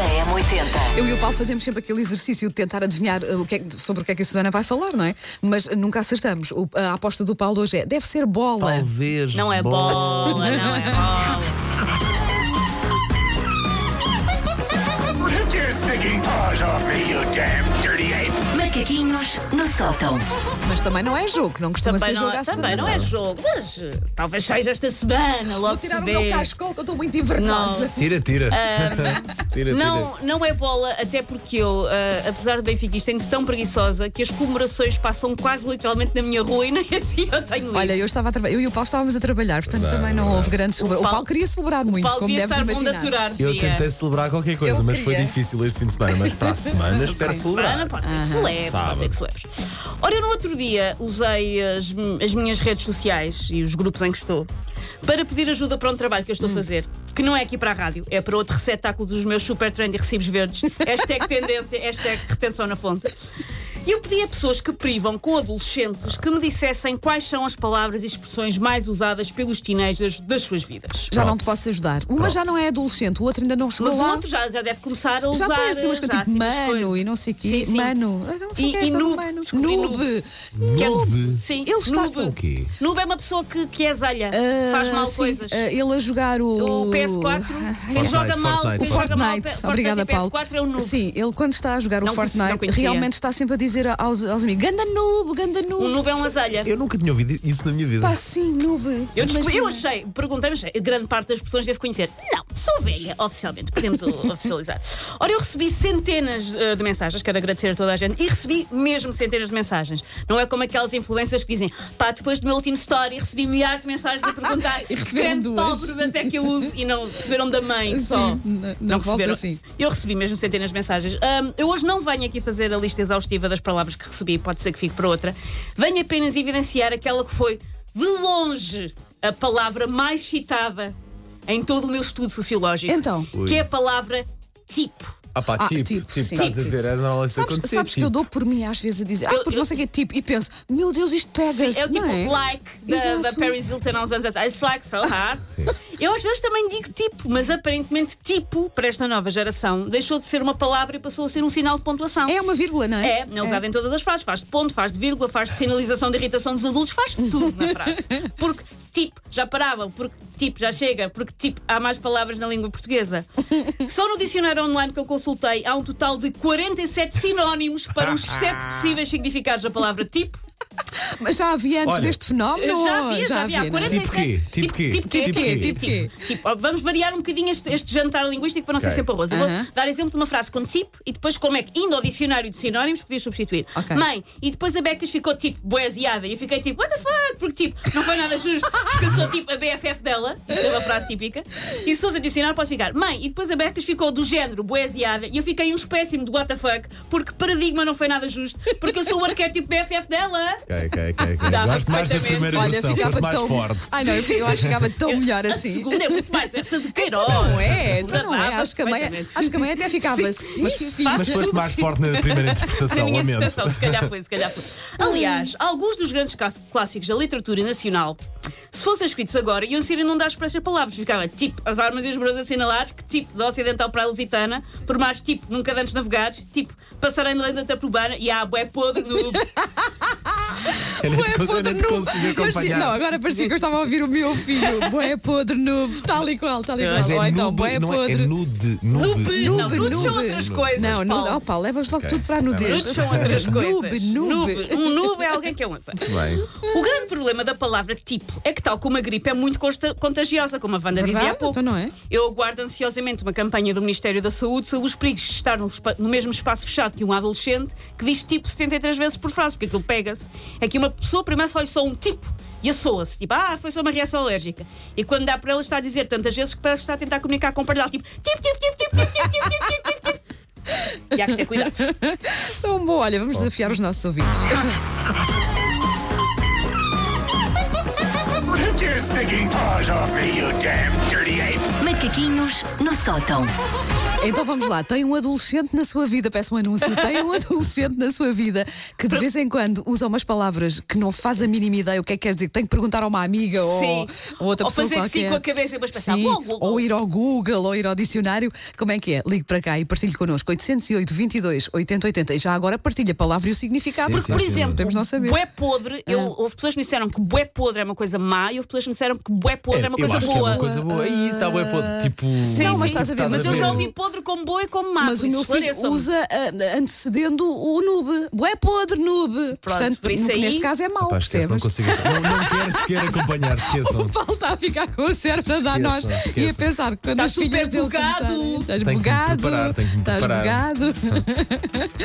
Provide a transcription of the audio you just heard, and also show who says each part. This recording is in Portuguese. Speaker 1: 80.
Speaker 2: Eu e o Paulo fazemos sempre aquele exercício de tentar adivinhar eh, o que é que- sobre o que é que a Susana vai falar, não é? Mas nunca acertamos. O- a aposta do Paulo hoje é: deve ser bola.
Speaker 3: Talvez.
Speaker 1: Não é bola, não é bola.
Speaker 4: Take your stinking paws off me, you damn dirty ape!
Speaker 5: Macaquinhos no sótão.
Speaker 2: Mas também não é jogo, não costuma
Speaker 1: Também,
Speaker 2: ser
Speaker 1: não,
Speaker 2: jogo à
Speaker 1: também não é
Speaker 2: segunda-feira.
Speaker 1: jogo, mas eh, talvez seja esta semana, logo
Speaker 2: Vou tirar
Speaker 1: se
Speaker 2: o
Speaker 1: vê.
Speaker 2: meu cascol que eu estou muito invernosa.
Speaker 3: Tira, tira. tira, tira.
Speaker 1: Ah, Não, não é bola, até porque eu, ah, apesar de benfiquista, ainda tão preguiçosa que as comemorações passam quase literalmente na minha rua e nem assim eu tenho ido.
Speaker 2: Olha, eu estava a trabalhar, eu e o Paulo estávamos a trabalhar, portanto também não houve grandes celebra- O
Speaker 1: Paulo-
Speaker 2: Paulo queria celebrar muito,
Speaker 1: Paulo
Speaker 2: como
Speaker 1: devia
Speaker 2: deves
Speaker 1: estar bom de
Speaker 2: imaginar.
Speaker 1: aturar.
Speaker 3: Eu
Speaker 1: devia.
Speaker 3: tentei celebrar qualquer coisa,
Speaker 2: Eu
Speaker 3: mas foi
Speaker 2: queria.
Speaker 3: difícil este fim de semana. Mas para a semana espero
Speaker 1: Semana,
Speaker 3: celebrar.
Speaker 1: pode ser que celebre, pode ser que celebre. Ora, eu no outro dia usei as, as minhas redes sociais e os grupos em que estou para pedir ajuda para um trabalho que eu estou a fazer, que não é aqui para a rádio, é para outro receptáculo dos meus super trendy recibos verdes. Hashtag tendência, hashtag retenção na fonte. E eu pedi a pessoas que privam com adolescentes que me dissessem quais são as palavras e expressões mais usadas pelos teenagers das suas vidas.
Speaker 2: Já não te
Speaker 3: Props.
Speaker 2: posso ajudar. Uma já não é adolescente, o outro ainda não chegou
Speaker 1: Mas o
Speaker 2: lá.
Speaker 1: outro já, já deve começar a
Speaker 2: Já
Speaker 1: usar.
Speaker 2: tem assim umas coisas
Speaker 1: já
Speaker 2: tipo
Speaker 1: assim umas
Speaker 2: mano
Speaker 1: coisas.
Speaker 2: e não sei o quê.
Speaker 1: Sim, sim.
Speaker 2: Mano. Ah, não sei
Speaker 1: E-
Speaker 2: o que é
Speaker 1: e
Speaker 2: esta do
Speaker 1: noob.
Speaker 2: mano.
Speaker 1: Descobri
Speaker 2: Noob.
Speaker 1: Que é-
Speaker 3: Nove?
Speaker 1: Sim.
Speaker 2: Ele está-
Speaker 1: Nube.
Speaker 3: O quê?
Speaker 1: Nube é uma pessoa que, que é zalha,
Speaker 2: Ah,
Speaker 1: faz mal
Speaker 2: sim,
Speaker 1: coisas.
Speaker 2: ah, ele a jogar o.
Speaker 1: o PS4, quem
Speaker 3: Fortnite, Fortnite. O
Speaker 1: joga mal, quem joga mal,
Speaker 2: Fortnite,
Speaker 1: Fortnite
Speaker 2: obrigada
Speaker 1: e
Speaker 2: Paulo.
Speaker 1: PS4 é o noob.
Speaker 2: Sim, ele quando está a jogar
Speaker 1: Não
Speaker 2: o
Speaker 1: conhecia, não
Speaker 2: Fortnite,
Speaker 1: conhecia.
Speaker 2: realmente está sempre a dizer aos, aos amigos: ganda noob, ganda noob.
Speaker 1: O noob é um azalha.
Speaker 3: Eu nunca tinha ouvido isso na minha vida.
Speaker 2: Pá, sim, noob.
Speaker 1: Eu, descobri, eu
Speaker 2: Imagina.
Speaker 1: achei, perguntei-me, achei, grande parte das pessoas deve conhecer. Não, sou velha, oficialmente, podemos o- oficializar. Ora, eu recebi centenas eh, de mensagens, quero agradecer a toda a gente, e recebi mesmo centenas de mensagens. Não é como aquelas influências que dizem, pá, depois do meu último story recebi milhares de mensagens a perguntar que
Speaker 2: receberam
Speaker 1: grande
Speaker 2: duas.
Speaker 1: pálpebras é que eu uso e não receberam da mãe só.
Speaker 2: Sim, na- na volta, sim.
Speaker 1: Eu recebi mesmo centenas de mensagens. Ahm, eu hoje não venho aqui fazer a lista exaustiva das palavras que recebi, pode ser que fique para outra. Venho apenas evidenciar aquela que foi, de longe, a palavra mais citada em todo o meu estudo sociológico.
Speaker 2: Então.
Speaker 1: Que é a palavra tipo.
Speaker 3: Ah, pá,
Speaker 2: Ah,
Speaker 3: tipo,
Speaker 2: tipo,
Speaker 3: tipo,
Speaker 2: sim.
Speaker 3: estás a ver, era normal isso
Speaker 2: Sabes,
Speaker 3: acontecer.
Speaker 2: sabes que eu
Speaker 3: tipo.
Speaker 2: dou por mim às vezes a dizer, ah,
Speaker 1: Eu-
Speaker 2: porque
Speaker 1: eu-
Speaker 2: não sei o que é tipo, e penso, meu Deus, isto pega.
Speaker 1: É o tipo like da,
Speaker 2: Exato.
Speaker 1: da Paris Hilton há uns anos atrás. It's like so hard.
Speaker 3: Sim.
Speaker 1: Eu às vezes também digo tipo, mas aparentemente tipo, para esta nova geração, deixou de ser uma palavra e passou a ser um sinal de pontuação.
Speaker 2: É uma vírgula, não é?
Speaker 1: É, não é usado em todas as fases. Faz de ponto, faz de vírgula, faz de sinalização de irritação dos adultos, faz de tudo na frase. Porque tipo já parava, porque tipo já chega, porque tipo há mais palavras na língua portuguesa. Só no dicionário online que eu consultei há um total de 47 sinónimos para os 7 possíveis significados da palavra tipo.
Speaker 2: Mas já havia antes
Speaker 3: Olha,
Speaker 2: deste fenómeno?
Speaker 1: já
Speaker 2: ou-
Speaker 1: havia, já havia. Há
Speaker 2: não é?
Speaker 1: 47.
Speaker 3: Tipo quê?
Speaker 1: Tipo quê?
Speaker 3: Tipo quê?
Speaker 1: Tipo quê? Tipo, ó, Vamos variar um bocadinho este, este jantar linguístico para não ser
Speaker 3: Ok.
Speaker 1: sempre arroz. Eu
Speaker 2: Aham.
Speaker 1: vou dar exemplo de uma frase com tipo e depois como é que, indo ao dicionário de sinónimos, podia substituir.
Speaker 2: Ok.
Speaker 1: Mãe, e depois a Becas ficou tipo boeziada e eu fiquei tipo, what the fuck? Porque tipo, não foi nada justo, porque eu sou tipo a BFF dela, isto é uma frase típica. E se fosse adicionar, pode ficar. Mãe, e depois a Becas ficou do género boeziada e eu fiquei um espécimo de what the fuck, porque paradigma não foi nada justo, porque eu sou o arquétipo BFF dela.
Speaker 3: Ok, ok, ok. ok.
Speaker 1: Dava
Speaker 3: Gosto mais da
Speaker 1: perfeitamente.
Speaker 3: primeira
Speaker 2: Olha,
Speaker 3: versão, foste
Speaker 2: ficava
Speaker 3: mais
Speaker 2: tão.
Speaker 3: forte.
Speaker 2: Ai não, eu fico- eu acho que ficava tão melhor
Speaker 1: A
Speaker 2: assim.
Speaker 1: segunda é muito mais essa do Queiroz.
Speaker 2: Não é,
Speaker 1: A
Speaker 2: então
Speaker 1: segunda
Speaker 2: não é.
Speaker 1: dava
Speaker 2: Acho que a mãe,
Speaker 1: perfeitamente.
Speaker 2: acho que a mãe até ficava assim.
Speaker 3: Mas foste mais forte na primeira
Speaker 1: Na
Speaker 3: interpretação,
Speaker 1: minha
Speaker 3: lamento.
Speaker 1: interpretação, se calhar foi, se calhar foi. Aliás, alguns dos grandes cás- clássicos da literatura nacional, se fossem escritos agora, iam ser inundados por estas palavras. Ficava tipo as armas e os brosos assinalados, que tipo da ocidental para a lusitana, por mais tipo nunca antes navegados, tipo passarem na lenda urbana e há bué podre no.
Speaker 3: Eu nem
Speaker 2: Bué
Speaker 3: te consigo- eu
Speaker 2: podre
Speaker 3: nem te
Speaker 2: noob.
Speaker 3: consigo
Speaker 2: Parecia- Não,
Speaker 3: acompanhar.
Speaker 2: agora parecia que eu estava a ouvir o meu filho. Boé podre noob, tal e qual, tal e
Speaker 3: Mas
Speaker 2: qual. Ou
Speaker 3: é
Speaker 2: então,
Speaker 3: noob,
Speaker 2: boé
Speaker 3: não é- é
Speaker 2: podre.
Speaker 3: nude, nude.
Speaker 1: Não, nude são outras coisas,
Speaker 2: Não, nude.
Speaker 1: Paulo.
Speaker 2: Oh, Paulo, levas logo tudo
Speaker 3: Tá
Speaker 2: para a nudez.
Speaker 1: Nudes são outras coisas.
Speaker 2: Noob, noob.
Speaker 1: Noob. Um noob é alguém que é um azar.
Speaker 3: Bem.
Speaker 1: O grande problema da palavra tipo é que, tal como a gripe, é muito consta- contagiosa, como a Wanda dizia há
Speaker 2: Verdade?
Speaker 1: pouco.
Speaker 2: Então não é?
Speaker 1: Eu aguardo ansiosamente uma campanha do Ministério da Saúde sobre os perigos de estar no, espa- no mesmo espaço fechado que um adolescente que diz tipo 73 vezes por frase, porque aquilo pega-se. É que uma pessoa primeiro só lhe só um tipo e assoa-se, tipo, ah, foi só uma reação alérgica. E quando dá para ela, está a dizer tantas vezes que parece que está a tentar comunicar com o pardal, tipo, tipo, tipo, tipo, tipo, tipo, tipo, tipo, tipo, tipo, tipo. E há que ter cuidado.
Speaker 2: Então, bom, olha, vamos desafiar os nossos ouvintes.
Speaker 4: Take your stinking paws off me, you damn dirty ape!
Speaker 5: Macaquinhos. Macaquinhos no sótão.
Speaker 2: Então vamos lá, tem um adolescente na sua vida, peço um anúncio, tem um adolescente na sua vida que de vez em quando usa umas palavras que não faz a mínima ideia o que é que quer dizer, que tem que perguntar a uma amiga ou,
Speaker 1: Sim.
Speaker 2: ou outra
Speaker 1: Ou
Speaker 2: pessoa
Speaker 1: fazer que sim
Speaker 2: qualquer.
Speaker 1: com a cabeça e depois pensar,
Speaker 2: é. Sim,
Speaker 1: "Vou ao Google."
Speaker 2: Ou ir ao Google, ou ir ao dicionário, como é que é? Ligue para cá e partilhe connosco, 808 22 8080 e já agora partilha a palavra e o significado.
Speaker 3: Sim,
Speaker 2: porque,
Speaker 3: sim,
Speaker 2: por
Speaker 3: sim.
Speaker 2: exemplo, temos não saber. É.
Speaker 1: Bué podre, eu, houve pessoas que me disseram que bué podre é uma coisa má e houve pessoas que me disseram que bué podre é, uma
Speaker 3: eu
Speaker 1: coisa
Speaker 3: acho
Speaker 1: boa. Ah.
Speaker 3: que é uma coisa boa. Ih, está bem podre. Tipo.
Speaker 1: Sim,
Speaker 2: Não,
Speaker 1: sim.
Speaker 2: mas estás a ver,
Speaker 1: Mas
Speaker 2: estás
Speaker 1: eu
Speaker 2: a
Speaker 1: já
Speaker 2: ver.
Speaker 1: ouvi podre como boa e como má.
Speaker 2: Mas
Speaker 1: por
Speaker 2: o
Speaker 1: isso
Speaker 2: meu filho
Speaker 1: esclareçam-me.
Speaker 2: usa ah, antecedendo o noob. Bué podre noob. Portanto,
Speaker 1: por isso aí-
Speaker 2: neste caso é mau.
Speaker 3: Pá, esquece, não
Speaker 2: percebes?
Speaker 3: consigo. Não, não quero sequer acompanhar, esqueçam.
Speaker 2: Paulo está a ficar com o cérebro a dar nós
Speaker 3: Esqueçam,
Speaker 2: e a
Speaker 3: esqueçam.
Speaker 2: pensar que quando
Speaker 1: Estás
Speaker 2: as filhas
Speaker 1: super
Speaker 2: dele
Speaker 1: bugado.
Speaker 2: começarem, Estás
Speaker 3: Tenho que me
Speaker 2: bugado.
Speaker 3: preparar, tenho que me
Speaker 2: Estás
Speaker 3: preparar.
Speaker 2: bugado.